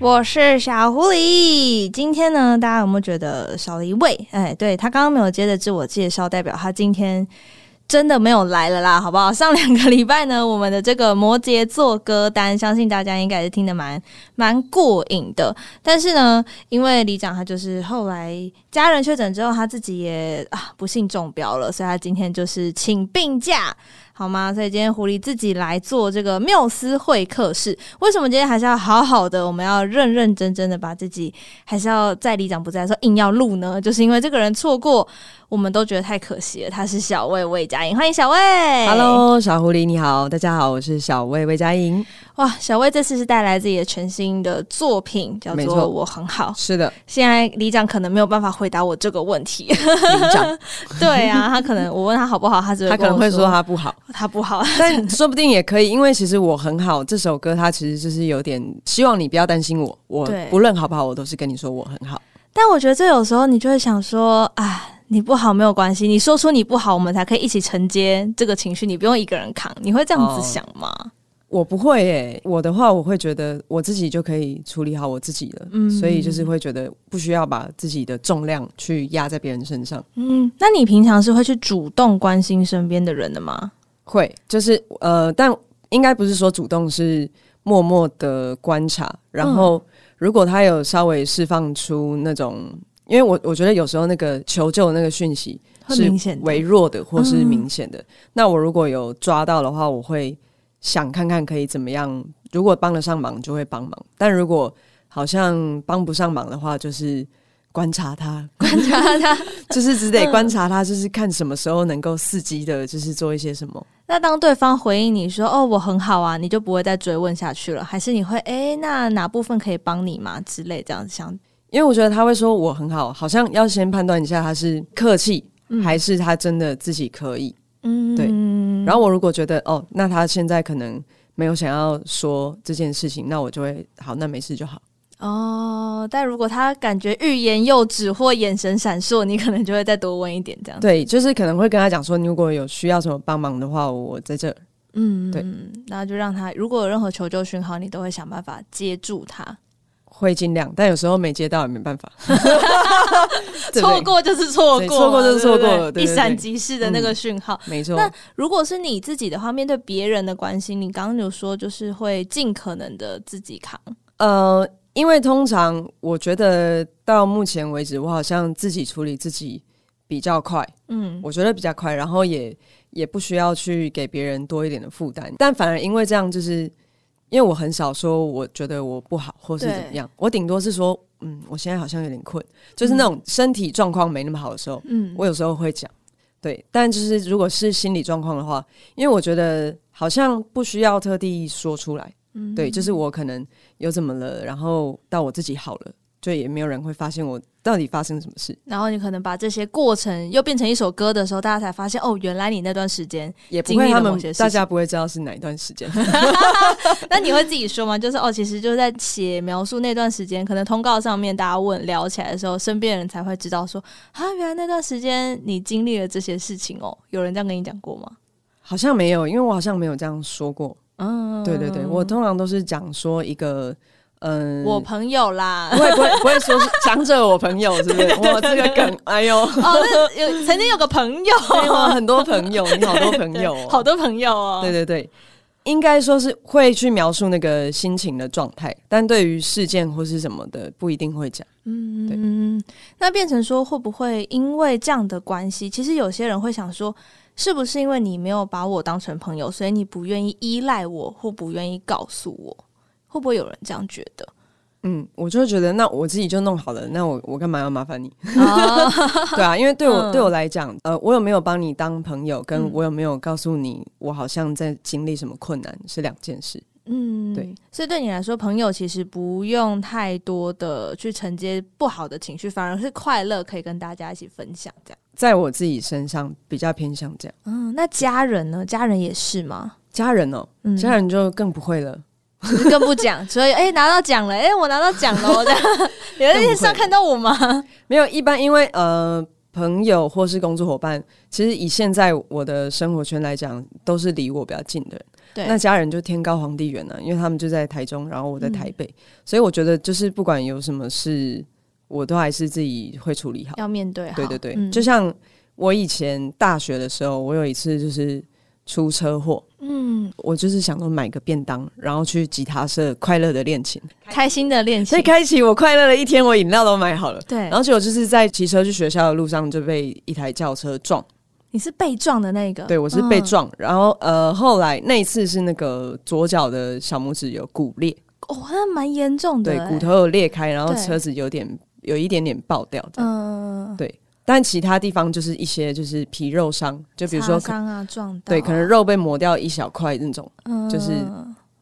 我是小狐狸。今天呢，大家有没有觉得少了一位？哎，对他刚刚没有接着自我介绍，代表他今天真的没有来了啦，好不好？上两个礼拜呢，我们的这个摩羯座歌单，相信大家应该是听得蛮蛮过瘾的。但是呢，因为里长他就是后来家人确诊之后，他自己也啊不幸中标了，所以他今天就是请病假。好吗？所以今天狐狸自己来做这个缪斯会客室。为什么今天还是要好好的？我们要认认真真的把自己，还是要在里长不在的时候硬要录呢？就是因为这个人错过，我们都觉得太可惜了。他是小魏魏佳莹，欢迎小魏。 Hello，小狐狸你好，大家好，我是小魏魏佳莹。哇，小魏这次是带来自己的全新的作品，叫没做《错我很好》。是的，现在里长可能没有办法回答我这个问 题，里长，对啊，他可能我问他好不好，他只会他可跟能我会说他不好，他不好，但说不定也可以，因为其实我很好。这首歌它其实就是有点希望你不要担心我，我对不论好不好，我都是跟你说我很好。 但我觉得这有时候你就会想说，啊，你不好没有关系，你说出你不好，我们才可以一起承接这个情绪，你不用一个人扛。你会这样子想吗？我不会诶、我的话我会觉得我自己就可以处理好我自己了，嗯所以就是会觉得不需要把自己的重量去压在别人身上。嗯，那你平常是会去主动关心身边的人的吗？会，就是呃，但应该不是说主动，是默默的观察。嗯然后，如果他有稍微释放出那种，因为我我觉得有时候那个求救的那个讯息会是明显的微弱的或是嗯明显的，那我如果有抓到的话，我会想看看可以怎么样。如果帮得上忙就会帮忙，但如果好像帮不上忙的话，就是观察他，观察他。就是只得嗯观察他，就是看什么时候能够伺机的，就是做一些什么。 那当对方回应你说“哦，我很好啊”，你就不会再追问下去了，还是你会“诶，那哪部分可以帮你吗”之类这样子想？因为我觉得他会说我很好，好像要先判断一下他是客气、嗯还是他真的自己可以。嗯对对然后我如果觉得哦，那他现在可能没有想要说这件事情，那我就会好，那没事就好。哦，但如果他感觉欲言又止或眼神闪烁，你可能就会再多问一点这样子。对，就是可能会跟他讲说，你如果有需要什么帮忙的话，我在这儿。嗯，对嗯，嗯然后就让他如果有任何求救讯号，你都会想办法接住他，会尽量，但有时候没接到也没办法， 对不对错过就是错过嘛，对错过就是错过对不了对对一对闪对即逝的那个讯号。没错。那如果是你自己的话，面对别人的关心，你刚刚有说就是会尽可能的自己扛，呃，因为通常我觉得到目前为止，我好像自己处理自己比较快。嗯，我觉得比较快，然后也也不需要去给别人多一点的负担，但反而因为这样，就是因为我很少说我觉得我不好或是对怎么样，我顶多是说，嗯，我现在好像有点困，就是那种身体状况没那么好的时候，嗯，我有时候会讲，对，但就是如果是心理状况的话，因为我觉得好像不需要特地说出来，嗯对，就是我可能有怎么了，然后到我自己好了，就也没有人会发现我到底发生什么事，然后你可能把这些过程又变成一首歌的时候，大家才发现哦，原来你那段时间，也不经会历了他某们些事大家不会知道是哪一段时间。 那你会自己说吗？就是哦，其实就是在写描述那段时间，可能通告上面大家问聊起来的时候，身边人才会知道说啊，原来那段时间你经历了这些事情哦。有人这样跟你讲过吗？好像没有，因为我好像没有这样说过。嗯，对对对，我通常都是讲说一个，嗯、我朋友啦 不。会不会不会说是强者我 朋友，是不是？我这个梗，哎呦，哦，那有曾经有个朋友，哎呦，很多朋友，你好多朋友、哦， 好多朋友哦。对对对，应该说是会去描述那个心情的状态，但对于事件或是什么的，不一定会讲。对嗯，那变成说会不会因为这样的关系，其实有些人会想说，是不是因为你没有把我当成朋友，所以你不愿意依赖我，或不愿意告诉我？会不会有人这样觉得？嗯，我就会觉得，那我自己就弄好了，那我我干嘛要麻烦你？ 哦，对啊，因为对我、嗯对我来讲，呃，我有没有帮你当朋友，嗯跟我有没有告诉你我好像在经历什么困难是两件事。嗯，对，所以对你来说，朋友其实不用太多的去承接不好的情绪，反而是快乐可以跟大家一起分享这样。在我自己身上比较偏向这样，嗯，那家人呢？家人也是吗？家人哦、嗯，家人就更不会了。只是更不讲，所以哎、拿到奖了， 哎、我拿到奖了，我这样有人在电视上看到我吗？没有，一般因为呃。朋友或是工作伙伴，其实以现在我的生活圈来讲，都是离我比较近的人。对，那家人就天高皇帝远呢、因为他们就在台中，然后我在台北，嗯所以我觉得就是不管有什么事，我都还是自己会处理好。要面对好，对对对，嗯就像我以前大学的时候，我有一次就是出车祸，嗯，我就是想说买个便当，然后去吉他社快乐的练琴，开心的练习所以，开启我快乐的一天，我饮料都买好了。对然，后结果就是在骑车去学校的路上就被一台轿车撞，你是被撞的那个，对我是被嗯撞，然后呃后来那一次是那个左脚的小拇指有骨裂，哦，那蛮严重的对欸，，骨头有裂开，然后对车子有点有一点点爆掉这样嗯，但其他地方就是一些就是皮肉伤，就比如擦说可伤啊撞到啊，对，可能肉被磨掉一小块那种。嗯就是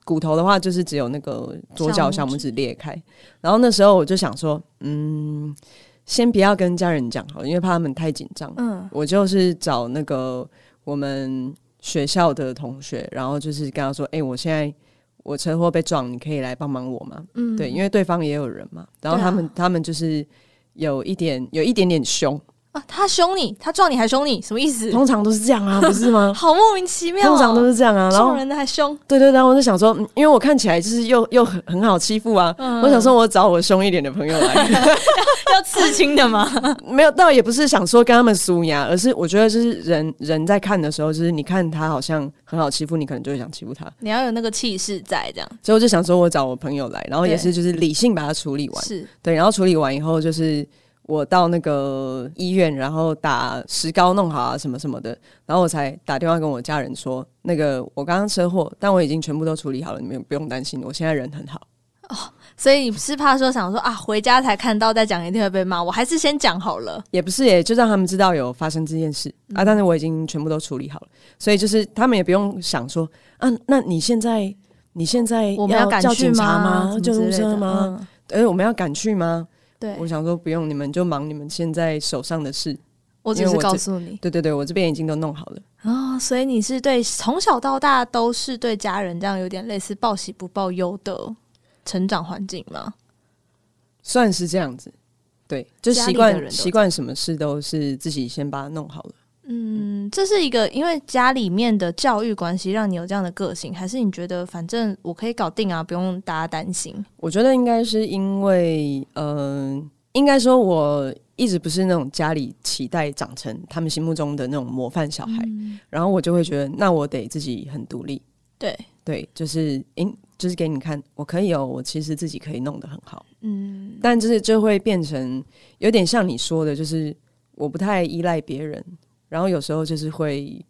骨头的话，就是只有那个左脚小小拇拇指指裂开。然后那时候我就想说，嗯，先不要跟家人讲好了，因为怕他们太紧张。嗯我就是找那个我们学校的同学，然后就是跟他说，哎、我现在我车祸被撞，你可以来帮忙我吗？嗯，对，因为对方也有人嘛，然后他们、对啊他们就是有一点有一点点凶，啊，他凶你，他撞你还凶你，什么意思？通常都是这样啊，不是 吗？好莫名其妙哦，通常都是这样啊，然后撞人的还 凶，对对对，然后我就想说，嗯，因为我看起来就是又又很很好欺负啊，嗯我想说我找我凶一点的朋友来， 要刺青的吗？没有，倒也不是想说跟他们输牙，而是我觉得就是人人在看的时候，就是你看他好像很好欺负， 你可能就会想欺负他，你要有那个气势在，这样所以我就想说我找我朋友来，然后也对是就是理性把它处理完，是对，然后处理完以后就是。我到那个医院，然后打石膏弄好啊，什么什么的，然后我才打电话跟我家人说，那个我刚刚车祸，但我已经全部都处理好了，你们不用担心，我现在人很好。所以你是怕说想说啊，回家才看到再讲一定会被骂，我还是先讲好了。也不是耶，就让他们知道有发生这件事、嗯啊。但是我已经全部都处理好了，所以就是他们也不用想说啊，那你现在你现在我们要赶叫去警察吗？吗？什么救之护类的车吗？？嗯哎、我们要赶去吗？对我，想说不用，你们就忙你们现在手上的事。我只因为是我这告诉你对对对，我这边已经都弄好了。哦，所以你是对从小到大都是对家人这样有点类似报喜不报忧的成长环境吗？算是这样子。对，就家习里的人惯都习惯什么事都是自己先把它弄好了。嗯，这是一个因为家里面的教育关系让你有这样的个性，还是你觉得反正我可以搞定啊，不用大家担心？我觉得应该是因为，嗯、应该说我一直不是那种家里期待长成他们心目中的那种模范小孩，嗯然后我就会觉得，那我得自己很独立，对，对，就是，诶，就是给你看，我可以哦，我其实自己可以弄得很好，嗯，但就是就会变成有点像你说的，就是我不太依赖别人，然后有时候就是会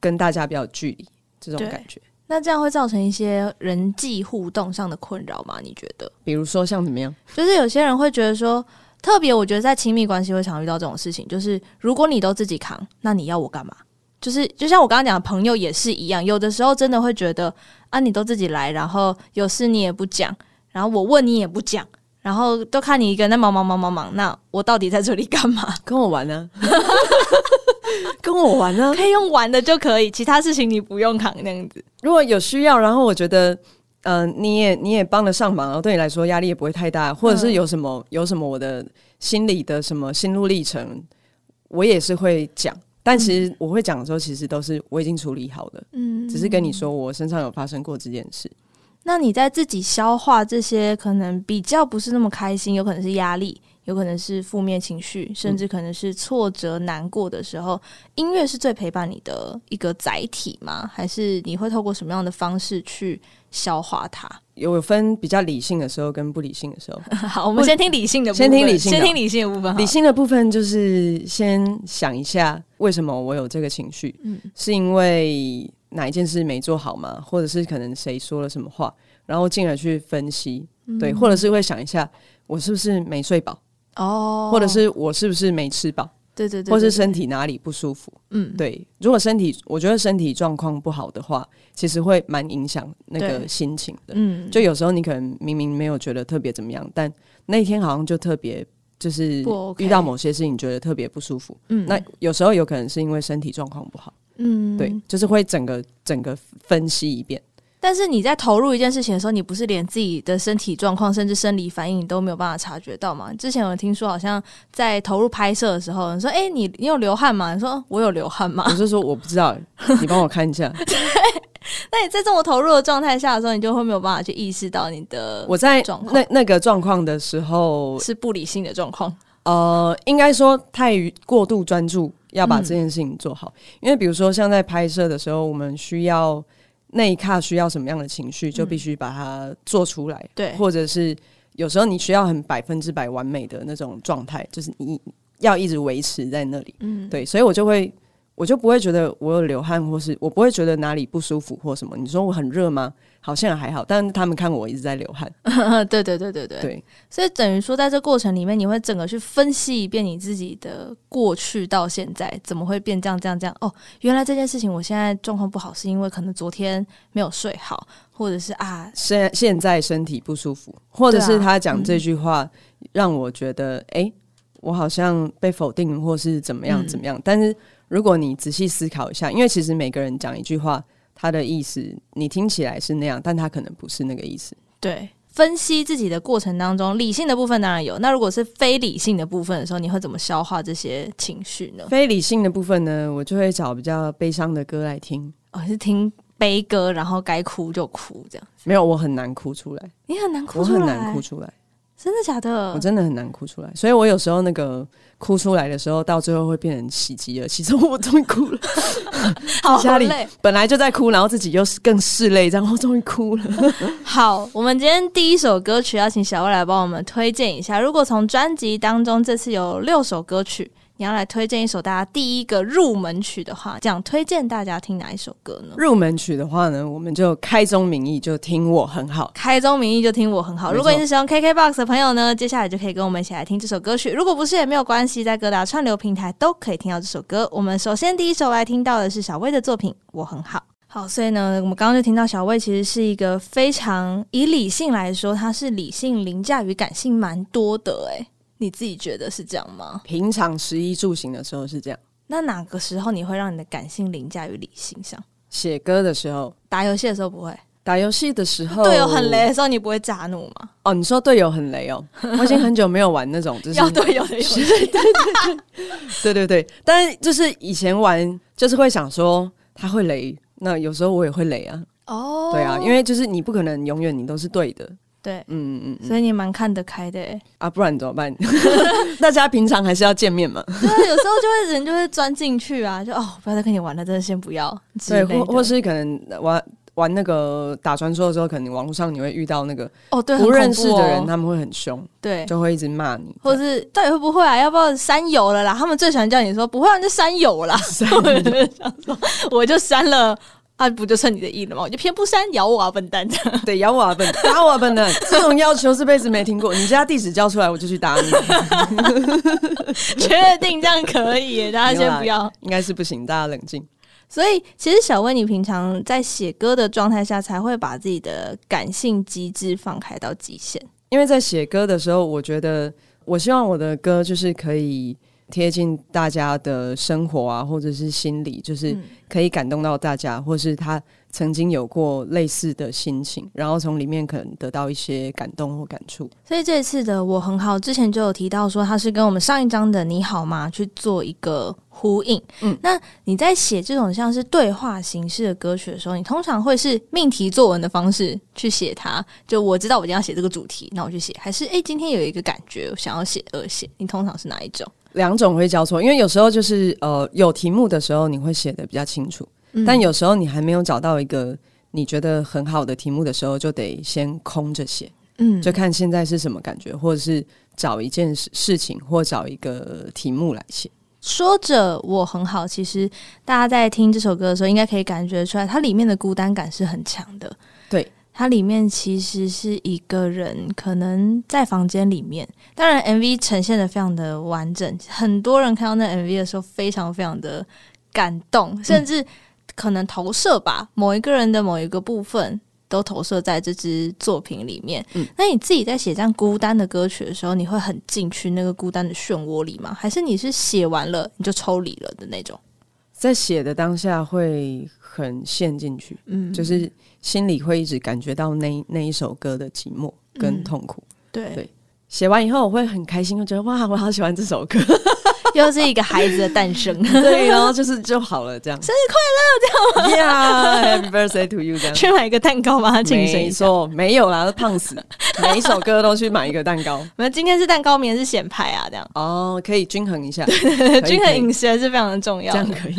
跟大家比较有距离这种对感觉，那这样会造成一些人际互动上的困扰吗？你觉得？比如说像怎么样，就是有些人会觉得说，特别我觉得在亲密关系会常遇到这种事情，就是如果你都自己扛，那你要我干嘛？就是就像我刚刚讲的，朋友也是一样，有的时候真的会觉得啊，你都自己来，然后有事你也不讲，然后我问你也不讲，然后都看你一个人在忙忙忙忙忙，那我到底在这里干嘛？ 跟我玩呢、啊， 跟我玩呢、啊。可以用玩的就可以，其他事情你不用扛那样子。如果有需要，然后我觉得，嗯、你也你也帮得上忙，然后对你来说压力也不会太大，或者是有什么、有什么我的心里的什么心路历程，我也是会讲。但其实我会讲的时候，其实都是我已经处理好了，嗯只是跟你说我身上有发生过这件事。那你在自己消化这些可能比较不是那么开心，有可能是压力，有可能是负面情嗯绪，甚至可能是挫折、难过的时候，音乐是最陪伴你的一个载体吗？还是你会透过什么样的方式去消化它？ 有有分比较理性的时候跟不理性的时候，好，我们先听理性的部分，先听理性的先听理性的部分好了。理性的部分就是先想一下为什么我有这个情绪，嗯是因为哪一件事没做好吗？或者是可能谁说了什么话，然后进而去分析，嗯对，或者是会想一下我是不是没睡饱，哦，或者是我是不是没吃饱，对对对，或是对身体哪里不舒服。嗯对，如果身体我觉得身体状况不好的话，其实会蛮影响那个对心情的。嗯，就有时候你可能明明没有觉得特别怎么样，但那天好像就特别就是不 OK 遇到某些事情觉得特别不舒服。嗯那有时候有可能是因为身体状况不好。嗯 对，就是会整个整个分析一遍。但是你在投入一件事情的时候，你不是连自己的身体状况，甚至生理反应，你都没有办法察觉到吗？之前有听说，好像在投入拍摄的时候，你说：“哎、你你有流汗吗？”你说：“我有流汗 吗我就说我不知道，你帮我看 一下。？”那你在这么投入的状态下的时候，你就会没有办法去意识到你的我在状况那那个状况的时候，是不理性的状况。呃，应该说太于过度专注，要把这件事情做嗯好。因为比如说像在拍摄的时候，我们需要那一刻需要什么样的情绪，嗯就必须把它做出来，对或者是有时候你需要很百分之百完美的那种状态，就是你要一直维持在那里。嗯，对，所以我就会，我就不会觉得我有流汗，或是我不会觉得哪里不舒服或什么。你说我很热吗？好像还好，但他们看我一直在流汗。 对对对对对。对，所以等于说，在这过程里面，你会整个去分析一遍你自己的过去到现在，怎么会变这样这样这样？哦，原来这件事情我现在状况不好，是因为可能昨天没有睡好，或者是啊，现现在身体不舒服，或者对是啊嗯他讲这句话、让我觉得，哎、我好像被否定，或是怎么样嗯怎么样。但是如果你仔细思考一下，因为其实每个人讲一句话，他的意思你听起来是那样，但他可能不是那个意思。对，分析自己的过程当中，理性的部分当然有，那如果是非理性的部分的时候，你会怎么消化这些情绪呢？非理性的部分呢，我就会找比较悲伤的歌来听。哦，是听悲歌，然后该哭就哭，这样没有，我很难哭出来，你很难哭我出很来，哦难哭出来，真的假的？我真的很难哭出来。所以我有时候那个哭出来的时候，到最后会变成喜极而泣， 说我终于哭了。好家里累。本来就在哭，然后自己又是更拭泪，然后终于哭了。好，我们今天第一首歌曲要请小魏来帮我们推荐一下。如果从专辑当中这次有六首歌曲，你要来推荐一首大家第一个入门曲的话，想推荐大家听哪一首歌呢？ 入门曲的话呢，我们就开宗明义，就听我很好。开宗明义就听我很好。没错如果你是使用 KKBOX 的朋友呢，接下来就可以跟我们一起来听这首歌曲。如果不是也没有关系，在各大串流平台都可以听到这首歌。我们首先第一首来听到的是小薇的作品《我很好》。好，所以呢，我们刚刚就听到小魏其实是一个非常以理性来说，他是理性凌驾于感性蛮多的、诶，你自己觉得是这样吗？平常食衣住行的时候是这样，那哪个时候你会让你的感性凌驾于理性上？写歌的时候，打游戏的时候不会，打游戏的时候，队友很雷的时候你不会炸怒吗？哦。你说队友很雷 哦，我已经很久没有玩那种，就是要队友的游戏， 对对对，但是就是以前玩，就是会想说他会雷，那有时候我也会雷啊，哦对啊，因为就是你不可能永远你都是对的，对，嗯嗯嗯所以你蛮看得开的 欸。啊，不然怎么办？ 大家平常还是要见面嘛，对啊，有时候就会人就会钻进去啊，就哦，不要再跟你玩了，真的先不要之对，类的。或或是可能玩玩那个打传说的时候，可能网络上你会遇到那个哦，对，不很认恐识怖的哦人，他们会很凶，对，就会一直骂你。或是到底会不会啊？要不要删友了啦？他们最喜欢叫你说不会、啊，你就删友啦。我就想说， 我就删了。啊，不就趁你的意了吗？我就偏不删，咬我啊，笨蛋！ 对，咬我啊笨，打我啊笨蛋，这种要求这辈子没听过。你家地址交出来，我就去打你。确定这样可以耶，大家没有先啦不要。应该是不行，大家冷静。所以，其实小薇，你平常在写歌的状态下，才会把自己的感性机制放开到极限。因为在写歌的时候，我觉得我希望我的歌就是可以贴近大家的生活啊，或者是心理，就是嗯可以感动到大家，或是他曾经有过类似的心情，然后从里面可能得到一些感动或感触。所以这次的我很好，之前就有提到说，它是跟我们上一章的你好吗去做一个呼应。嗯，那你在写这种像是对话形式的歌曲的时候，你通常会是命题作文的方式去写它？就我知道我今天要写这个主题，那我去写，还是诶、今天有一个感觉我想要写而写？你通常是哪一种？两种会交错，因为有时候就是呃有题目的时候，你会写的比较清楚，嗯但有时候你还没有找到一个你觉得很好的题目的时候，就得先空着写，嗯就看现在是什么感觉，或者是找一件事事情或找一个题目来写。说着我很好，其实大家在听这首歌的时候，应该可以感觉出来，它里面的孤单感是很强的。对，它里面其实是一个人可能在房间里面，当然 MV 呈现的非常的完整，很多人看到那 MV 的时候，非常非常的感动，甚至可能投射吧，某一个人的某一个部分。都投射在这支作品里面。嗯那你自己在写这样孤单的歌曲的时候，你会很进去那个孤单的漩涡里吗？还是你是写完了你就抽离了的那种？在写的当下会很陷进去，嗯，就是心里会一直感觉到那那一首歌的寂寞嗯跟痛苦。对，对写完以后，我会很开心，就觉得哇，我好喜欢这首歌，又是一个孩子的诞生。 对，然后就是就好了，这样。生日快乐，这样吗？Yeah，Happy birthday to you，这样。去买一个蛋糕把它庆生没一下。错，没有啦，胖死，每一首歌都去买一个蛋糕。我们今天是蛋糕，明天是显派啊，这样哦，可以均衡一下， 均衡饮一下，食还是非常的重要 这的。样可以。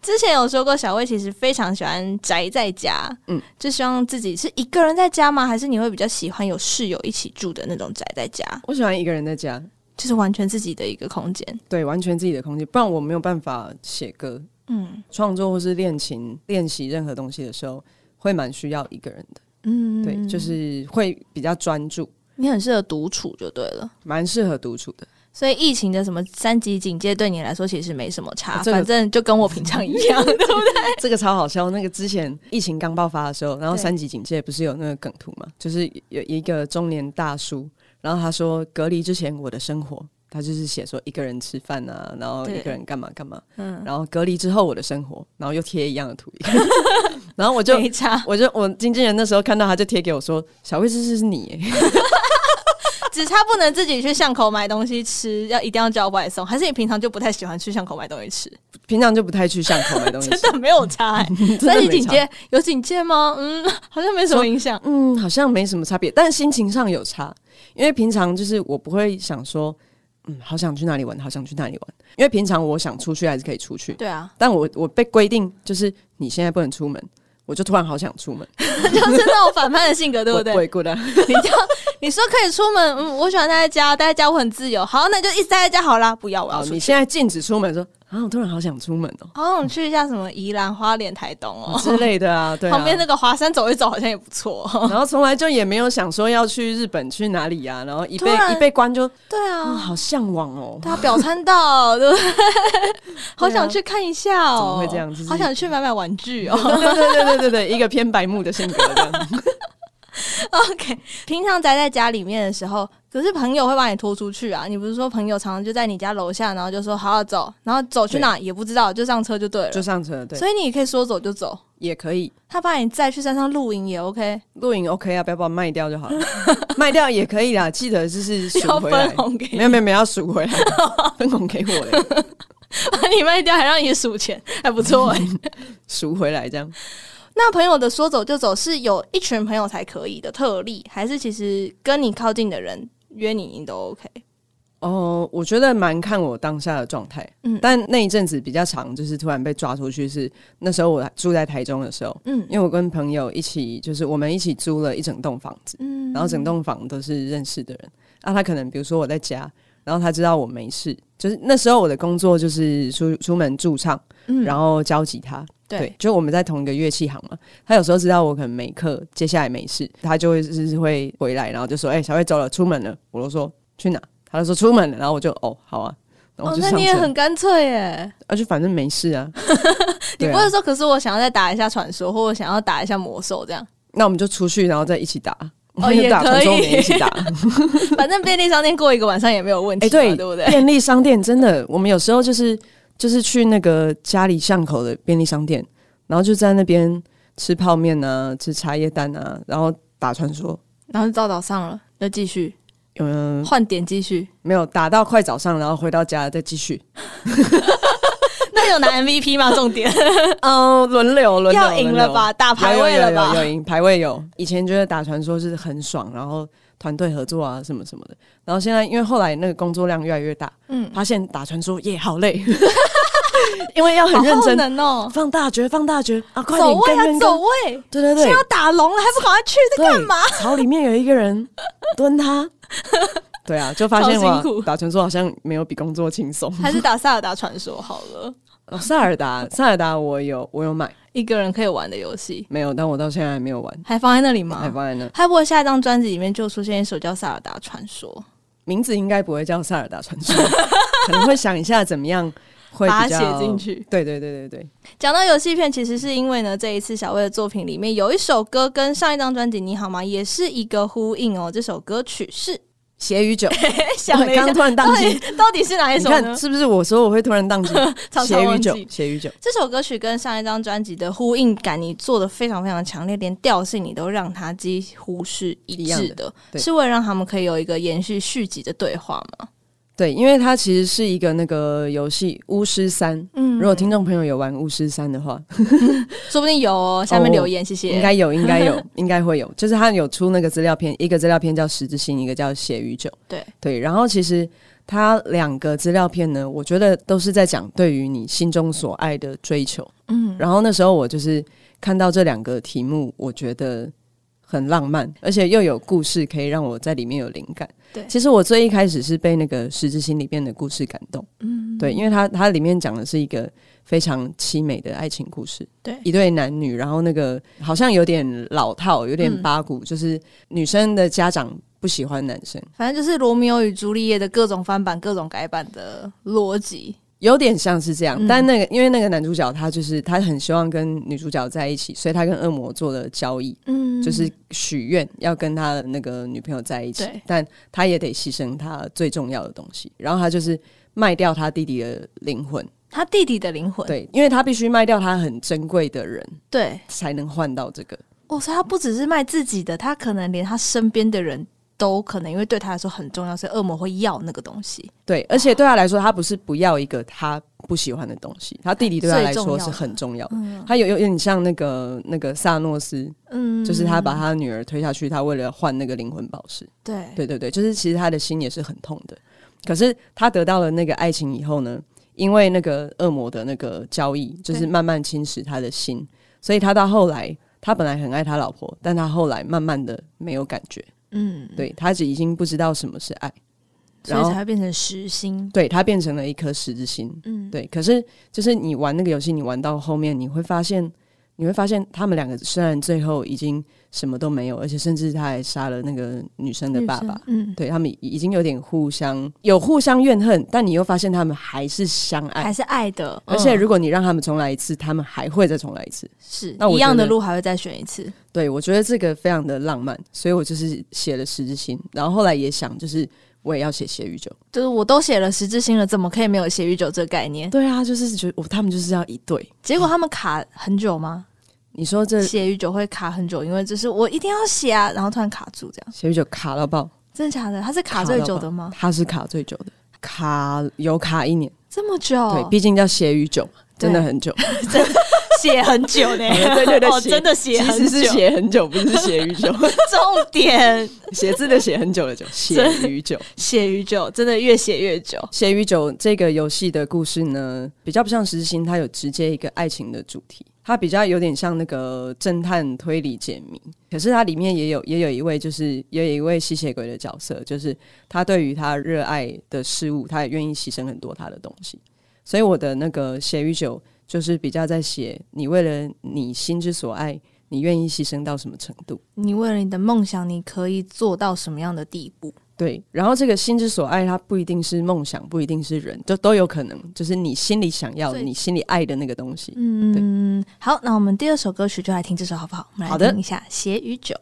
之前有说过，小魏其实非常喜欢宅在家，嗯嗯，就希望自己是一个人在家吗？还是你会比较喜欢有室友一起住的那种宅在家，我喜欢一个人在家，就是完全自己的一个空间？对，完全自己的空间，不然我没有办法写歌、嗯创作或是练琴、练习任何东西的时候，会蛮需要一个人的。嗯，对，就是会比较专注，你很适合独处就对了。蛮适合独处的。所以疫情的什么三级警戒对你来说其实没什么差，啊这个反正就跟我平常一样。 这个超好笑。那个之前疫情刚爆发的时候，然后对三级警戒不是有那个梗图嘛？就是有一个中年大叔，然后他说隔离之前我的生活，他就是写说一个人吃饭啊，然后对一个人干嘛干嘛，嗯，然后隔离之后我的生活，然后又贴一样的图， 然后我就没差，我就我经纪人那时候看到他就贴给我说，小慧这是你耶， 只差不能自己去巷口买东西吃，要一定要叫外送，还是你平常就不太喜欢去巷口买东西吃？平常就不太去巷口买东西真，的没有差、欸， 真三的级没警差。戒有警戒吗？嗯，好像没什么影响。嗯，好像没什么差别，但心情上有差，因为平常就是我不会想说，嗯，好想去哪里玩，好想去哪里玩，因为平常我想出去还是可以出去， 对啊，但我我被规定就是你现在不能出门，我就突然好想出门， 就是那种反叛的性格，对不对？我过来，你就你说可以出门，嗯，我喜欢待在家，待在家我很自由。好，那你就一直待在家好啦，不要，我要好，出哦你去。现在禁止出门，说啊，我突然好想出门哦、好想去一下什么宜兰、花莲、台东哦，之类的啊，对啊旁边那个华山走一走好像也不错、哦。然后从来就也没有想说要去日本去哪里呀、啊然后一被突然一被关就对啊，啊，好向往 哦。对啊，表参道，对不 对？好想去看一下啊怎哦么，会这样就是好想去买买玩具 哦。对对对对对对，一个偏白目的性格这样。 OK，平常宅在家里面的时候，可是朋友会把你拖出去啊。你不是说朋友常常就在你家楼下，然后就说好好走，然后走去哪也不知道，就上车就对了。就上车，对，所以你也可以说走就走。也可以他把你载去山上露营也 OK，露营 OK 啊，不要把它卖掉就好了， 卖掉也可以啦，记得就是赎要回来分。红给没你， 有没有没有要赎回来，分红给我嘞，把你卖掉还让你数钱，还不错 哎、赎回来这样。那朋友的说走就走是有一群朋友才可以的特例，还是其实跟你靠近的人约你你都 OK？哦，我觉得蛮看我当下的状态，嗯但那一阵子比较长，就是突然被抓出去是那时候我住在台中的时候，嗯因为我跟朋友一起，就是我们一起租了一整栋房子，嗯然后整栋房都是认识的人。啊，他可能比如说我在家，然后他知道我没事，就是那时候我的工作就是出出门驻唱，嗯然后后教吉他，对就我们在同一个乐器行嘛。他有时候知道我可能没课，接下来没事，他就会就是会回来，然后就说：“哎、小慧走了，出门了。”我就说：“去哪？”他就说：“出门了。”然后我就：“哦，好啊。”然后哦我，就那上你也车，很干脆耶！而且、就反正没事 啊。你对不啊会说，可是我想要再打一下传说，或者想要打一下魔兽这样，那我们就出去，然后再一起打。哦我们就也打可传说，我们以也一起打。反正便利商店过一个晚上也没有问题嘛，哎 对对不 对？便利商店真的，我们有时候就是就是去那个家里巷口的便利商店，然后就在那边吃泡面啊，吃茶叶蛋啊，然后打传说。然后就到早上了，就继续嗯，换点继续。没有打到快早上，然后回到家再继续。 那有拿 MVP 吗？重点嗯，轮流轮流要赢了吧，？打轮流排位了吧有有有？有有赢排位有。以前觉得打传说是很爽，然后团队合作啊什么什么的。然后现在因为后来那个工作量越来越大，嗯嗯，发现打传说也好累，因为要很认好耗真。能哦，放大决，放大决啊！快走点位跟啊，跟走跟！位！对对现在对要，打龙了，还不赶快去？在干嘛？对？草里面有一个人蹲他。对啊，就发现超哇辛苦，打传说好像没有比工作轻松。还是打塞尔达传说好了，哦塞尔达，塞尔达，我有我有买。一个人可以玩的游戏，没有，但我到现在还没有玩，还放在那里还吗？放在那。还不会下一张专辑里面就出现一首叫《塞尔达传说》，名字应该不会叫《塞尔达传说》， 可能会想一下怎么样会把它比较写进。去。对对对对对，讲到游戏片，其实是因为呢，这一次小魏的作品里面有一首歌跟上一张专辑《你好吗》也是一个呼应哦。这首歌曲是 血与酒，想了一 下刚突然到宕机底，到底是哪一哎你首哎呢看？是不是我说我会突然宕机？ 常常血与忘酒记，血与酒，这首歌曲跟上一张专辑的呼应感，你做的非常非常强烈，连调性你都让它几乎是一一致样的，对是为了让他们可以有一个延续续集的对话吗？对，因为它其实是一个那个游戏《巫师三》。嗯如果听众朋友有玩《巫师三》的话，说不定有哦，下面留言，谢谢。应该有，应该 有，应该会有。就是它有出那个资料片，一个资料片叫《十之心》，一个叫《血与酒》。对对，然后其实它两个资料片呢，我觉得都是在讲对于你心中所爱的追求。嗯，然后那时候我就是看到这两个题目，我觉得很浪漫，而且又有故事可以让我在里面有灵感。对其实我最一开始是被那个《十之心》里面的故事感动，嗯，对，因为它它里面讲的是一个非常凄美的爱情故事，对一对男女，然后那个好像有点老套，有点嗯八股，就是女生的家长不喜欢男生，反正就是罗密欧与朱丽叶的各种翻版、各种改版的逻辑。有点像是这样，嗯但那个因为那个男主角他就是他很希望跟女主角在一起，所以他跟恶魔做了交易，嗯就是许愿要跟他的那个女朋友在一起对，但他也得牺牲他最重要的东西，然后他就是卖掉他弟弟的灵魂，他弟弟的灵魂。对，因为他必须卖掉他很珍贵的人对，才能换到这个，哦，所以他不只是卖自己的，他可能连他身边的人都可能因为对他来说很重要，所以恶魔会要那个东西。对，而且对他来说，他不是不要一个他不喜欢的东西，他弟弟对他来说是很重要的，他有有点像那个那个萨诺斯，嗯，就是他把他女儿推下去，他为了换那个灵魂宝石。对对对对，就是其实他的心也是很痛的。可是他得到了那个爱情以后呢，因为那个恶魔的那个交易，就是对慢慢侵蚀他的心，所以他到后来，他本来很爱他老婆，但他后来慢慢的没有感觉，嗯，对他已经不知道什么是爱，所然以后才会变成实心。对他变成了一颗十字心。嗯，对，可是就是你玩那个游戏，你玩到后面，你会发现，你会发现他们两个虽然最后已经什么都没有，而且甚至他还杀了那个女生的爸爸，嗯，对他们已已经有点互相有互相怨恨，但你又发现他们还是相爱，还是爱的，而且嗯如果你让他们重来一次，他们还会再重来一次。是那我一样的觉得路还会再选一次。对我觉得这个非常的浪漫，所以我就是写了《十字星》，然后后来也想，就是我也要写《血与酒》。就是我都写了十字星了，怎么可以没有血与酒这个概念？对啊，就是觉得我他们就是要一对。结果他们卡很久吗？你说这《血与酒会卡很久，因为就是我一定要写啊，然后突然卡住这样，血与酒》卡到爆，真的假的？他是卡卡最到久爆的吗？它是卡最久的，卡有卡一年，这么久？对，毕竟叫《血与酒》嘛，真的很 久。写很久呢 对对对哦，写真的写其很实是久，写很久，不是写与酒， 重点写字的写很久 的久，写与酒。写与酒真的越写越久。 《血与酒》这个游戏的故事呢，比较不像《实心》，它有直接一个爱情的主题，它比较有点像那个侦探推理解谜。可是它里面也有也有一位就是也有一位吸血鬼的角色，就是他对于他热爱的事物，他也愿意牺牲很多他的东西。所以我的那个《血与酒》就是比较在写你为了你心之所爱，你愿意牺牲到什么程度。你为了你的梦想，你可以做到什么样的地步？对，然后这个心之所爱，它不一定是梦想，不一定是人，就都有可能，就是你心里想要、对你心里爱的那个东西。嗯，好，那我们第二首歌曲就来听这首好不好？我们好来的听一下《血与酒》。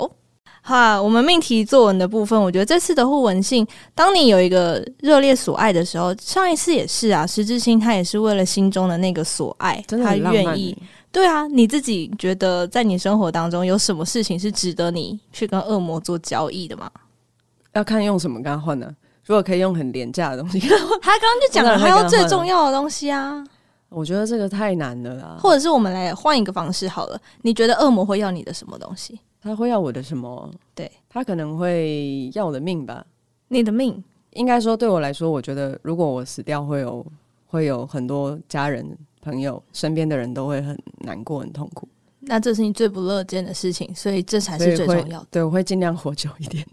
好、啊，我们命题作文的部分，我觉得这次的互文性，当你有一个热烈所爱的时候，上一次也是啊，石之星他也是为了心中的那个所爱，真的他很浪漫愿意欸。对啊，你自己觉得在你生活当中有什么事情是值得你去跟恶魔做交易的吗？要看用什么跟他换呢、如果可以用很廉价的东 西， 他刚刚就讲了，真的还很有浪最漫重要的东西啊。我觉得这个太难了啦。或者是我们来换一个方式好了，你觉得恶魔会要你的什么东西？他会要我的什么？对，他可能会要我的命吧。你的命，应该说，对我来说，我觉得如果我死掉，会有会有很多家人、朋友、身边的人都会很难过、很痛苦，那这是你最不乐见的事情，所以这才所以是最会重要的。对，我会尽量活久一点。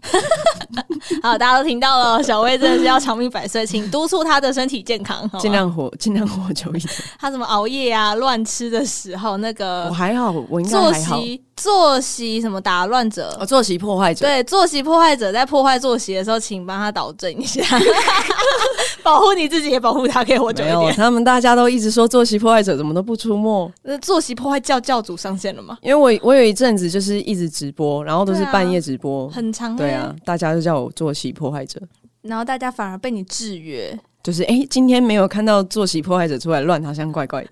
好，大家都听到了，小薇真的是要长命百岁，请督促她的身体健康，好啊吗尽量活，尽量活久一点。她什么熬夜啊、乱吃的时候，那我个还好，我应该作还好。息作息什么打乱者。哦，作息破坏者， 对作息破坏者在破坏作息的时候，请帮他导正一下，保护你自己，也保护他，给我久没一有，点。 他们大家都一直说作息破坏者怎么都不出没，那作息破坏教教主上线了吗？因为我我有一阵子就是一直直播，然后都是对啊半夜直播，很长、欸对啊，，大家就叫我作息破坏者，然后大家反而被你制约，就是哎、诶今天没有看到作息破坏者出来乱，好像怪怪的，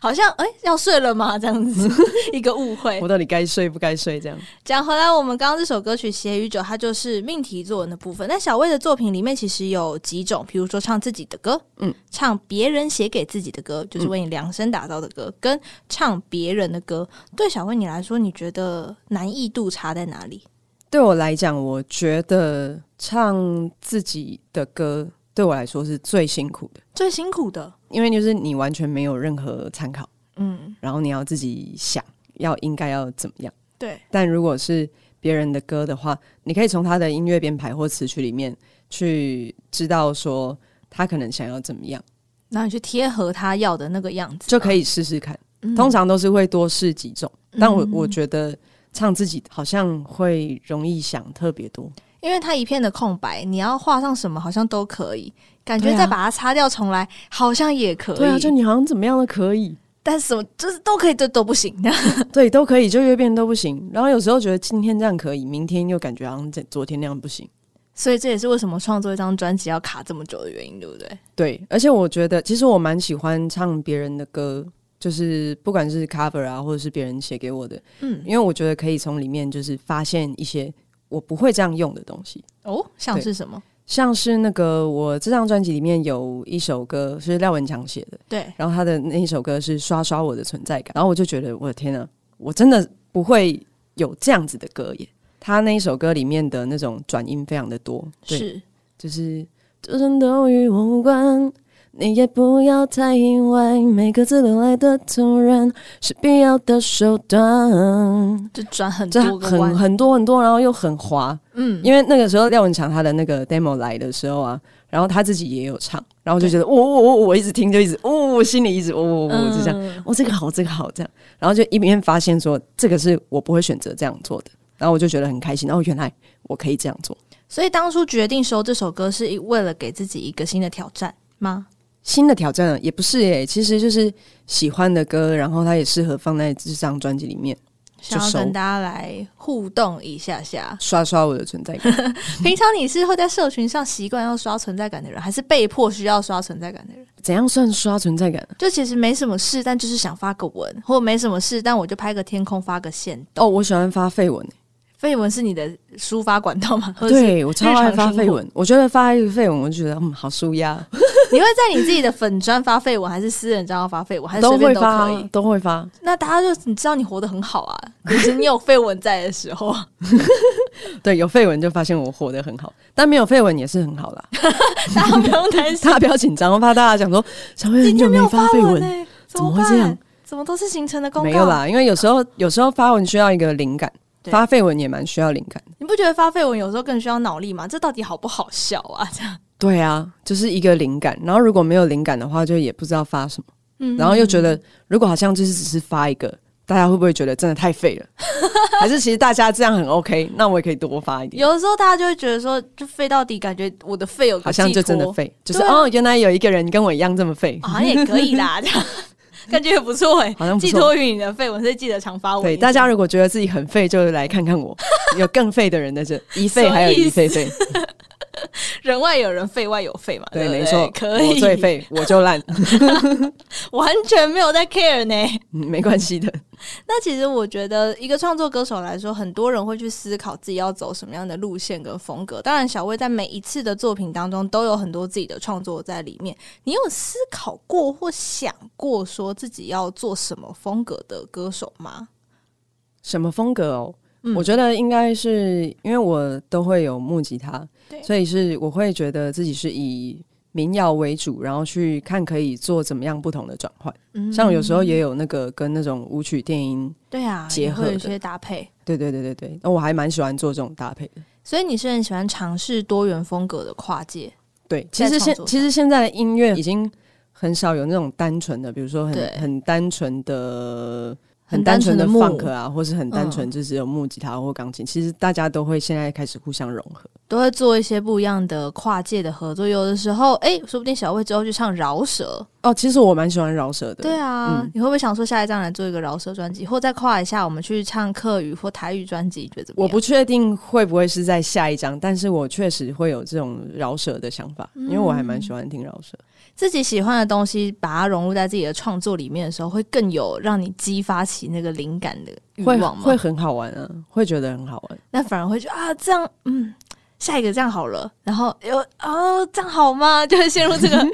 好像哎、要睡了吗？这样 子一个误会我。到底该睡不该睡这样？讲回来，我们刚刚这首歌曲《血与酒》，它就是命题作文的部分。那小魏的作品里面其实有几种，比如说唱自己的歌，嗯，唱别人写给自己的歌，就是为你量身打造的歌，跟唱别人的歌。对小魏你来说，你觉得难易度差在哪里？对我来讲，我觉得唱自己的歌对我来说是最辛苦的，最辛苦的，因为就是你完全没有任何参考，嗯，然后你要自己想要应该要怎么样。对，但如果是别人的歌的话，你可以从他的音乐编排或词曲里面去知道说他可能想要怎么样，然后你去贴合他要的那个样子，就可以试试看。嗯通常都是会多试几种，但我嗯我觉得唱自己好像会容易想特别多。因为它一片的空白，你要画上什么好像都可以，感觉对啊再把它擦掉重来好像也可以，对啊，就你好像怎么样都可以，但是什么就是都可以，这都不行。 对，都可以，就越变都不行。然后有时候觉得今天这样可以，明天又感觉好像这昨天那样不行。所以这也是为什么创作一张专辑要卡这么久的原因，对不对？对，而且我觉得其实我蛮喜欢唱别人的歌，就是不管是 cover 啊，或者是别人写给我的，嗯，因为我觉得可以从里面就是发现一些我不会这样用的东西，哦，像是什么？像是那个我这张专辑里面有一首歌是廖文强写的，对，然后他的那一首歌是刷刷我的存在感，然后我就觉得我的天呐，我真的不会有这样子的歌耶。他那一首歌里面的那种转音非常的多，对，是就是就算都与我无关，你也不要太意外，每个字都来的突然，是必要的手段。就转很这多个很弯，很多很多，然后又很滑，嗯，因为那个时候廖文强他的那个 demo 来的时候啊，然后他自己也有唱，然后我就觉得我我我我一直听就一直哦，我心里一直哦哦嗯哦就这样，样。哦这个好这个好这样，然后就一边发现说这个是我不会选择这样做的，然后我就觉得很开心，然后原来我可以这样做。所以当初决定收这首歌，是为了给自己一个新的挑战吗？新的挑战啊也不是耶、其实就是喜欢的歌，然后它也适合放在这张专辑里面，想要就收跟大家来互动一下下。刷刷我的存在 感。平常你是会在社群上习惯要刷存在感的人，还是被迫需要刷存在感的人？怎样算刷存在感啊？就其实没什么事，但就是想发个文，或没什么事，但我就拍个天空发个线。哦，我喜欢发绯闻、绯闻是你的抒发管道吗？或者是对我超哦爱发日常生绯活闻，我觉得发一个绯闻，我就觉得嗯，好舒压，你会在你自己的粉砖发绯闻，还是私人账号发绯闻，还是随都便会都发可啊以？，都会发。那大家就你知道你活得很好 啊，就是你有绯闻在的时候，对，有绯闻就发现我活得很好，但没有绯闻也是很好 啦。大家不用担 心大。家不要紧张，我怕大家讲说小薇今很久天没有发绯文闻呢、，怎么么会这样办？怎么都是行程的公告？没有啦，因为有时候有时候发文需要一个灵感，对发绯闻也蛮需要灵感的。你不觉得发绯闻有时候更需要脑力吗？这到底好不好笑啊？这样，对啊，就是一个灵感，然后如果没有灵感的话，就也不知道发什么，嗯然后又觉得如果好像就是只是发一个，大家会不会觉得真的太废 了？还是其实大家这样很 OK，那我也可以多发一点，有的时候大家就会觉得说，就废到底，感觉我的废有个好像寄就真的托废，就是、对啊哦，原来有一个人跟我一样这么废，啊好像也可以啦， 这样感觉也不错哎、好像不寄错。托于你的绯闻，所以记得常发文。对，大家如果觉得自己很废，就来看 看我，有更废的人在这，一废还有一废废，人外有人，肺外有肺嘛。对，不没错，可以。我最废，我就烂， 完全没有在 care 呢。 嗯没关系的。那其实我觉得，一个创作歌手来说，很多人会去思考自己要走什么样的路线跟风格。当然，小魏在每一次的作品当中都有很多自己的创作在里面。你有思考过或想过说自己要做什么风格的歌手吗？什么风格哦？嗯我觉得应该是因为我都会有木吉他对，所以是我会觉得自己是以民谣为主，然后去看可以做怎么样不同的转换。嗯像有时候也有那个跟那种舞曲电音，对啊，结也合的会有一些搭配。对对对对对，那我还蛮喜欢做这种搭配的。所以你是很喜欢尝试多元风格的跨界，对，其在实创现作上其实现在的音乐已经很少有那种单纯的，比如说对很很单纯的很单纯很单纯的的嗯 funk 啊，或是很单纯就只有木吉他或钢琴，其实大家都会现在开始互相融合。都会做一些不一样的跨界的合作。有的时候，哎、说不定小魏之后就唱饶舌，哦，其实我蛮喜欢饶舌的，对啊，嗯你会不会想说下一张来做一个饶舌专辑，或再跨一下，我们去唱客语或台语专辑，觉得怎么我样？不确定会不会是在下一张，但是我确实会有这种饶舌的想法，因为我还嗯蛮喜欢听饶舌。自己喜欢的东西，把它融入在自己的创作里面的时候，会更有让你激发起那个灵感的欲会望会吗？很好玩啊，会觉得很好玩。那反而会觉得啊，这样，嗯，下一个这样好了，然后有哦，这样好吗？ 就会陷入这个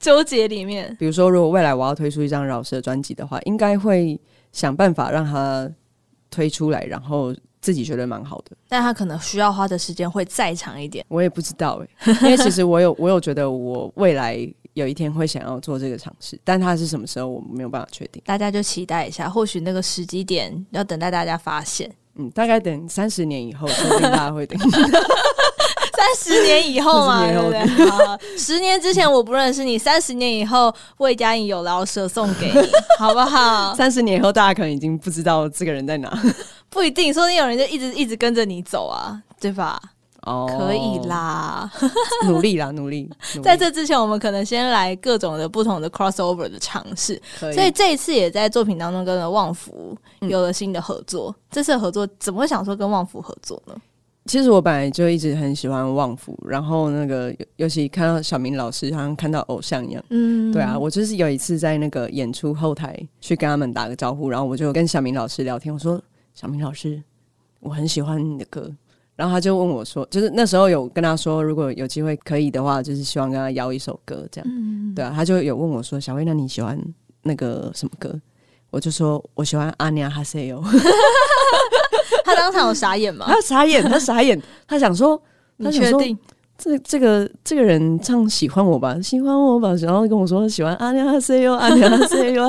纠结里面。比如说，如果未来我要推出一张饶舌专辑的话，应该会想办法让它推出来，然后自己觉得蛮好的。但他可能需要花的时间会再长一点。我也不知道哎、因为其实我有我有觉得我未来有一天会想要做这个尝试，但它是什么时候我没有办法确定。大家就期待一下，或许那个时机点要等待大家发现。 嗯，大概等三十年以后，说不定大家会等。三十年以后嘛， 40对年不后对？好十年之前我不认识你，三十年以后魏佳颖有饶舌送给 你，好不好？三十年以后，大家可能已经不知道这个人在哪。不一定，说不定有人就一直一直跟着你走啊，对吧？哦可以，啦， 努力啦，努力。努力在这之前，我们可能先来各种的不同的 crossover 的尝试，可以所以这一次也在作品当中跟旺福嗯有了新的合作。这次的合作怎么会想说跟旺福合作呢？其实我本来就一直很喜欢旺福，然后那个尤尤其看到小明老师，好像看到偶像一样。嗯，对啊，我就是有一次在那个演出后台去跟他们打个招呼，然后我就跟小明老师聊天，我说：“小明老师，我很喜欢你的歌。”然后他就问我说：“就是那时候有跟他说，如果有机会可以的话，就是希望跟他邀一首歌这样。嗯，对啊，他就有问我说：“小薇，那你喜欢那个什么歌？”我就说：“我喜欢阿尼亚哈塞哦哟。”他当场有傻眼吗？ 他傻眼，他 傻眼，他想说，你他想确说定？这这个这个人唱喜欢我吧，喜欢我吧，然后跟我说喜欢阿尼哈塞哟，阿 尼哈塞哟，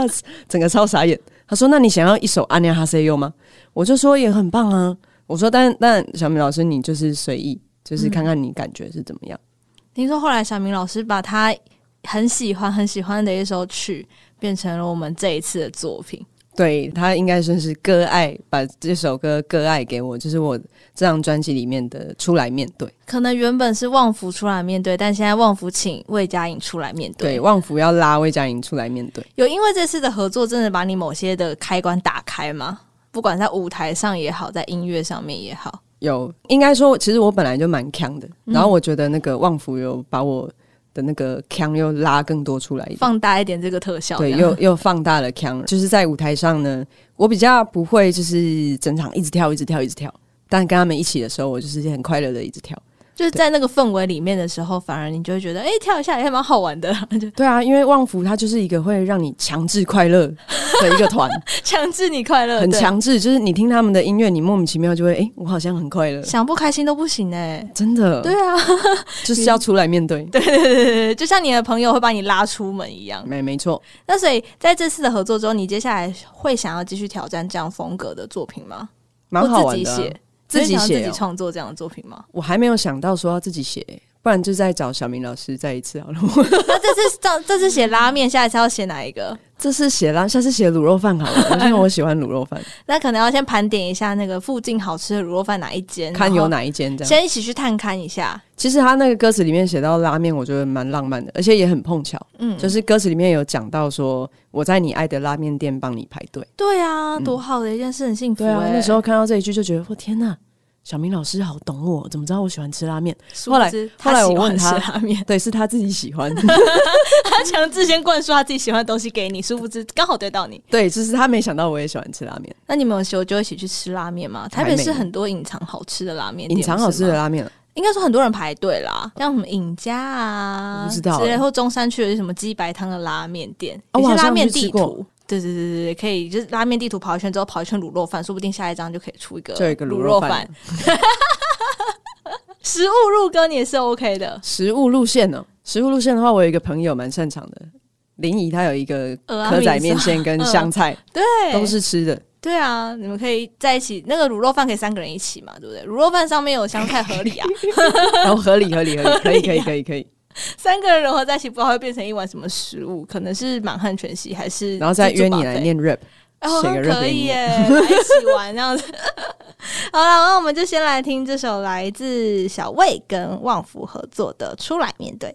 整个超傻眼。他说：“那你想要一首阿尼哈塞哟吗？”我就说：“也很棒啊。”我说：“但但小明老师，你就是随意，就是看看你感觉是怎么样。听说后来小明老师把他很喜欢、很喜欢的一首曲变成了我们这一次的作品。对他应该算是割爱，把这首歌割爱给我，就是我这张专辑里面的出来面对。可能原本是旺福出来面对，但现在旺福请魏佳颖出来面对。对，旺福要拉魏佳莹出来面对。有因为这次的合作，真的把你某些的开关打开吗？不管在舞台上也好，在音乐上面也好，有，应该说，其实我本来就蛮强的，嗯然后我觉得那个旺福有把我的那个强又拉更多出来一点，放大一点这个特效。对，这样又又放大了强。就是在舞台上呢，我比较不会就是整场一直跳，一直跳，一直跳，但跟他们一起的时候，我就是很快乐的一直跳。就是在那个氛围里面的时候，反而你就会觉得，哎、跳一下也还蛮好玩的， 就对啊，因为旺福它就是一个会让你强制快乐的一个团，强制你快乐，很对。强制，就是你听他们的音乐，你莫名其妙就会，哎、我好像很 快乐，想不开心都不行哎、真的，对啊，就是要出来面对，对，对，就像你的朋友会把你拉出门一样。没没错。那所以在这次的合作中，你接下来会想要继续挑战这样风格的作品吗？蛮好玩或的啊、自己写，自己你会想要写自哦己创作这样的作品吗？我还没有想到说要自己写，不然就再找小明老师再一次好了。 那这次这这次写拉面，下一次要写哪一个？这次写啦，下次写卤肉饭好 了，因为我喜欢卤肉饭，那可能要先盘点一下那个附近好吃的卤肉饭哪一间，看然后有哪一间这样。先一起去探勘一下。其实他那个歌词里面写到拉面，我觉得蛮浪漫的，而且也很碰巧，嗯，就是歌词里面有讲到说我在你爱的拉面店帮你排队。对啊，多好的一件事，很幸福、嗯对欸。啊，那时候看到这一句就觉得，我天呐，小明老师好懂我，怎么知道我喜欢吃拉面？ 殊后不来知后来他我喜欢问他吃拉面， 对，是他自己喜欢。 他强制先灌输他自己喜欢的东西给你，殊不知刚好对到你。对，就是他没想到我也喜欢吃拉 面，那你们有时候就一起去吃拉面吗？台还没北市很多隐藏好吃的拉面店，隐藏好吃不的是吗，拉面了。应该说很多人排队啦，像什么尹家啊，我不知道之类，欸或中山区有什么鸡白汤的拉面店，哦有我些好像拉面去地吃过图。对对对对对，可以，就是拉面地图跑一圈之后，跑一圈卤肉饭，说不定下一张就可以出一个就有一个卤卤肉饭饭。食物入歌你也是 OK 的，食物路线呢、食物路线的话，我有一个朋友蛮擅长的，林怡，她有一个呃蚵仔面线跟香 菜，对，都是吃的。对啊，你们可以在一起。那个卤肉饭可以三个人一起嘛，对不对？卤肉饭上面有香菜，合理啊。然后合理合理合理，可以 可合理以啊可以可以。三个人融合在一起，不知道会变成一碗什么食物，可能是满汉全席还是然后再约你来自助 buffet。 念 rap，哦，写个任可给以你。耶， 来一起玩这样子。好了，那我们就先来听这首来自小魏跟旺福合作的《出来面对》。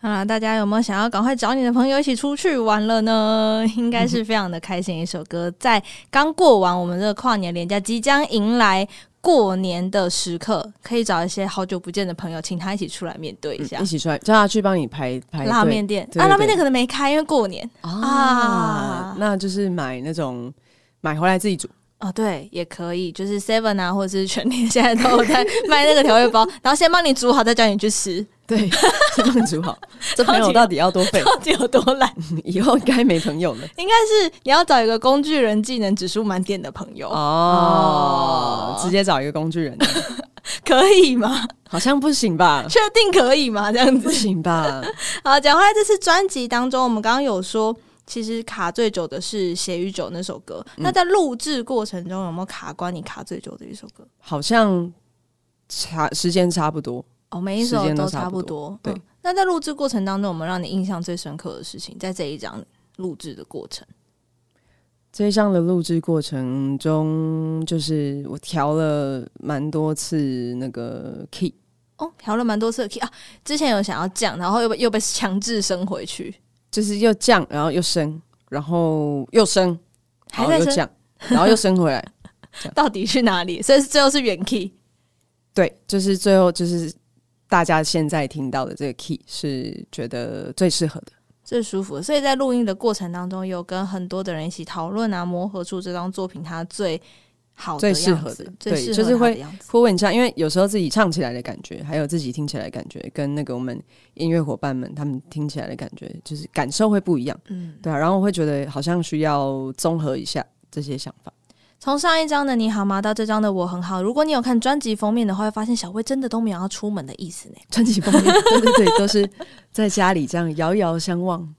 啊，大家有没有想要赶快找你的朋友一起出去玩了呢？ 应该是非常的开心的一首歌，在刚过完我们这个跨年连假，即将迎来过年的时刻，可以找一些好久不见的朋友，请他一起出来面对一下一。起出来，叫他去帮你排排拉队面店对啊，对拉面店对可能没开，因为过年啊啊，那就是买那种买回来自己煮，哦，对，也可以，就是 Seven 啊，或者是全联现在都有 在卖那个调味包，然后先帮你煮好，再叫你去吃， 对，先帮你煮好。这朋超友级到底要多废？到底有多懒？ 以后应该没朋友了。应该是你要找一个工具人技能指数满点的朋友，哦，直接找一个工具人，可以吗？好像不行吧？ 确定可以吗？这样不子。行吧？好，讲回来这次专辑当中，我们刚刚有说。其实卡最久的是《血与酒》那首歌，那在录制过程中有没有卡关？你卡最久的一首歌？好像差时间差不多。哦，每一时首间都都差差不不多多。对嗯那在录制过程当中，我们让你印象最深刻的事情，在这一张录制的过程，这一项的录制过程中，就是我调了蛮多次那个 key，哦，调了蛮多次的 key 啊，之前有想要降，然后又被又被强制升回去，就是又降，然后又升，然后又升，还然后在又升，降，然后又升回来。 到底去哪里？所以最后是原 key 对，就是最后就是大家现在听到的这个 key 是觉得最适合的。最舒服的。所以在录音的过程当中，有跟很多的人一起讨论啊，磨合出这张作品它最好的最适样合子的最对适合就它是的会样子。会问一下，因为有时候自己唱起来的感觉，还有自己听起来的感觉，跟那个我们音乐伙伴们他们听起来的感觉，就是感受会不一样。嗯，对啊，然后我会觉得好像需要综合一下这些想法。从上一张的你好吗到这张的我很好，如果你有看专辑封面的话，会发现小薇真的都没有要出门的意思呢。专辑封面，对对对，都是在家里这样遥遥相望。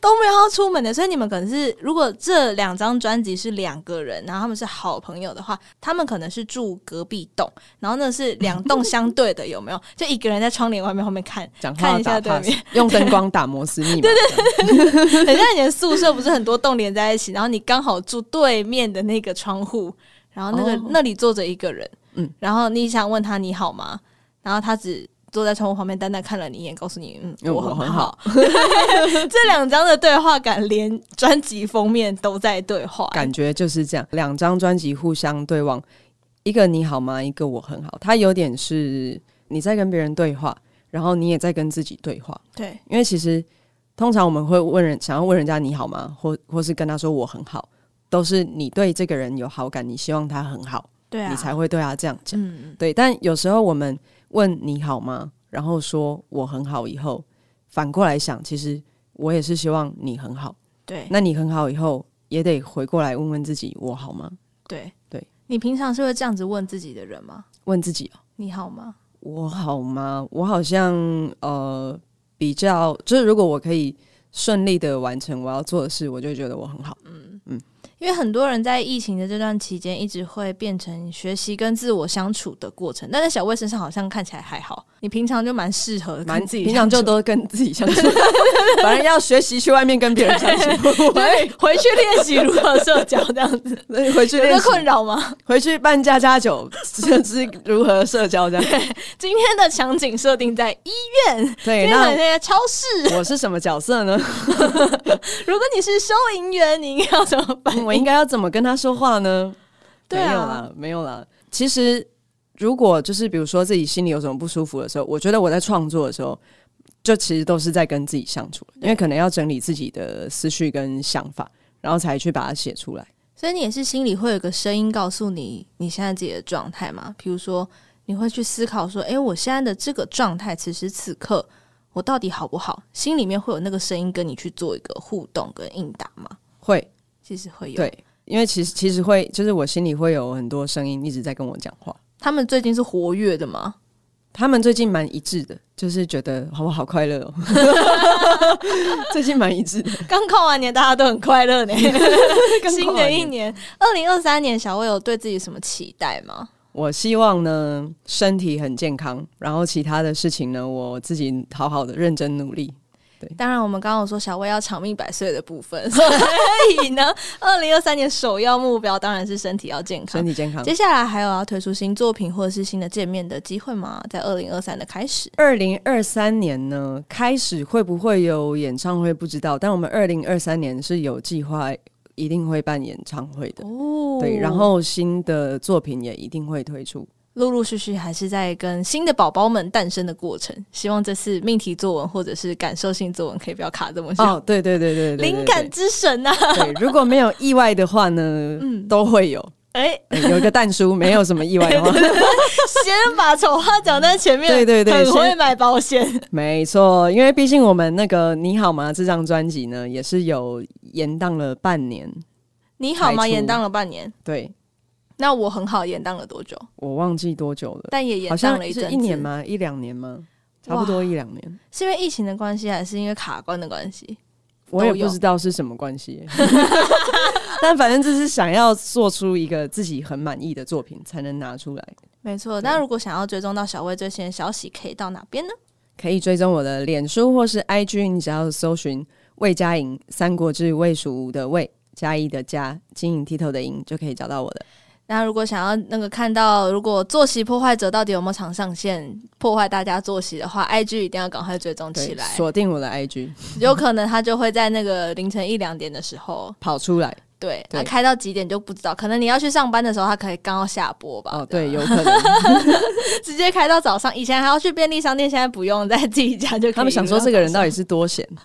都没有要出门的，所以你们可能是，如果这两张专辑是两个人，然后他们是好朋友的话，他们可能是住隔壁栋，然后那是两栋相对的，有没 有？就一个人在窗帘外面后面看， 讲看话一打下对 pass，面，用灯光打摩斯密码。对对很像你的宿舍不是很多栋连在一起，然后你刚好住对面的那个窗户，然后那个、哦那里坐着一个人，嗯嗯，然后你想问他你好吗？然后他只坐在窗户旁边，淡淡看了你一眼，告诉你，嗯，嗯我我很很好。 这两张的对话感，连专辑封面都在对话，感觉就是这样。两张专辑互相对望，一个你好吗？一个我很好。它有点是你在跟别人对话，然后你也在跟自己对话。对，因为其实通常我们会问人，想要问人家你好吗，或或是跟他说我很好，都是你对这个人有好感，你希望他很好，对啊，你才会对他这样讲。嗯，对，但有时候我们问你好吗，然后说我很好以后，反过来想，其实我也是希望你很好。对那你很好以后，也得回过来问问自己，我好吗？对对。你平常是会这样子问自己的人吗？问自己，你好吗？我好吗？我好像呃比较，就是如果我可以顺利的完成我要做的事，我就会觉得我很好。因为很多人在疫情的这段期间，一直会变成学习跟自我相处的过程。但在小魏身上好像看起来还好，你平常就蛮适合跟蛮自己平常就 相处都跟自己相处，反正要学习去外面跟别人相处。 对回去练习如何社交这样子，所以回去有这 练习，困扰吗？回去办家家酒，这是如何社交这样？今天的场景设定在医对，院的那哎那些超市，我是什么角 色呢？如果你是收银员，你应该要怎么办？嗯我应该要怎么跟他说话呢？对啊没有啦，没有啦。其实，如果就是比如说自己心里有什么不舒服的时候，我觉得我在创作的时候，就其实都是在跟自己相处了，因为可能要整理自己的思绪跟想法，然后才去把它写出来。所以你也是心里会有个声音告诉你你现在自己的状态嘛？比如说，你会去思考说，诶，我现在的这个状态，此时此刻我到底好不好？心里面会有那个声音跟你去做一个互动跟应答吗？会其实会有。对，因为其实其实会，就是我心里会有很多声音一直在跟我讲话。他们最近是活跃的吗？他们最近蛮一致的，就是觉得好我好快乐哦， 最近蛮一致的。刚跨完年，大家都很快乐呢。新新的的一一年，二零二三年，小魏有对自己什么期待吗？我希望呢，身体很健康，然后其他的事情呢，我自己好好的认真努力。对，当然，我们刚刚有说小薇要长命百岁的部分，所以呢，二零二三年首要目标当然是身体要健康身。体健康。接下来还有要推出新作品或者是新的见面的机会吗？在二零二三的开始，二零二三年呢，开始会不会有演唱会不知道，但我们二零二三年是有计划，一定会办演唱会的。哦对，然后新的作品也一定会推出。陆陆续续还是在跟新的宝宝们诞生的过程。希望这次命题作文或者是感受性作文可以不要卡 这么久。哦，对对对对对对灵感之神呐、啊，对，如果没有意外的话呢，嗯都会有。哎、哎有一个蛋叔，没有什么意外 的话，先把丑话讲在前面，对对对很会先买保险。没错，因为毕竟我们那个《你好吗》这张专辑呢，也是有延宕了半年。你好吗？排除延宕了半年，对那我很好，延宕了多久？我忘记多久了，但也延好宕了像阵是子一年？吗？一两年吗？差不多一两年，是因为疫情的关系，还是因为卡关的关系？我也都有不知道是什么 关系。 但反正就是想要做出一个自己很满意的作品，才能拿出来。没错。那如果想要追踪到小薇最新的消息，可以到哪边呢？可以追踪我的脸书或是 IG，你只要搜寻魏佳莹《三国志》魏蜀吴的魏加一的加晶莹剔透的莹，就可以找到我的。那如果想要那个看到，如果作息破坏者到底有没有常上线破坏大家作息的话，IG 一定要赶快追踪起对，来，锁定我的 IG 有可能他就会在那个凌晨一两点的时候，跑出来。对，对那开到几点就不知道，可能你要去上班的时候，他可以刚好下播吧？啊哦，这样对，有可能 直接开到早上。以前还要去便利商店，现在不用，在自己家就可以。他们想说这个人到底是多闲，啊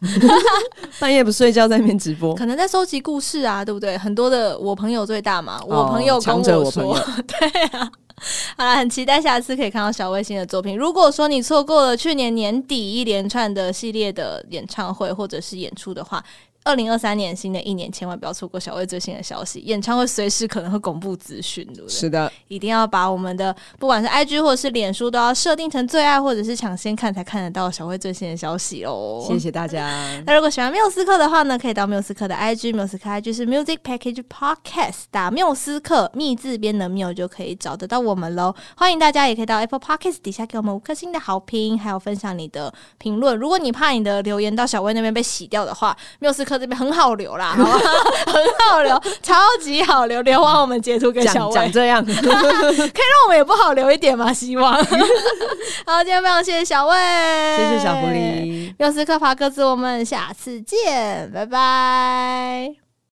半夜不睡觉在那边直播。可能在收集故事啊，对不对？很多的我朋友最大嘛， 我哦朋友跟强者我说，朋对啊。 好啦，很期待下次可以看到小卫星的作品。如果说你错过了去年年底一连串的系列的演唱会或者是演出的话，二零二三年新的一年千万不要错过小卫最新的消息。演唱会随时可能会公布资讯，对不对？是 的，一定要把我们的不管是 IG 或者是脸书都要设定成最爱，或者是抢先看才看得到小慧最新的消息哦。谢。谢 大家。那如果喜欢缪斯克的话呢，可以到缪斯克的 IG，缪斯克 IG 是 Music Package Podcast，打缪斯克密字边的缪就可以找得到我们喽。欢迎大家也可以到 Apple Podcast 底下给我们五颗星的好评，还有分享你的评论。如果你怕你的留言到小薇那边被洗掉的话，缪斯克这边很好留 啦，好不好？很好留，超级好留，留完我们截图给小讲薇。讲这 样，那我们也不好留一点嘛，希 望。好，今天非常谢谢小魏，谢谢谢小狐。狸。缪斯克爬格子，我们下次见，拜拜。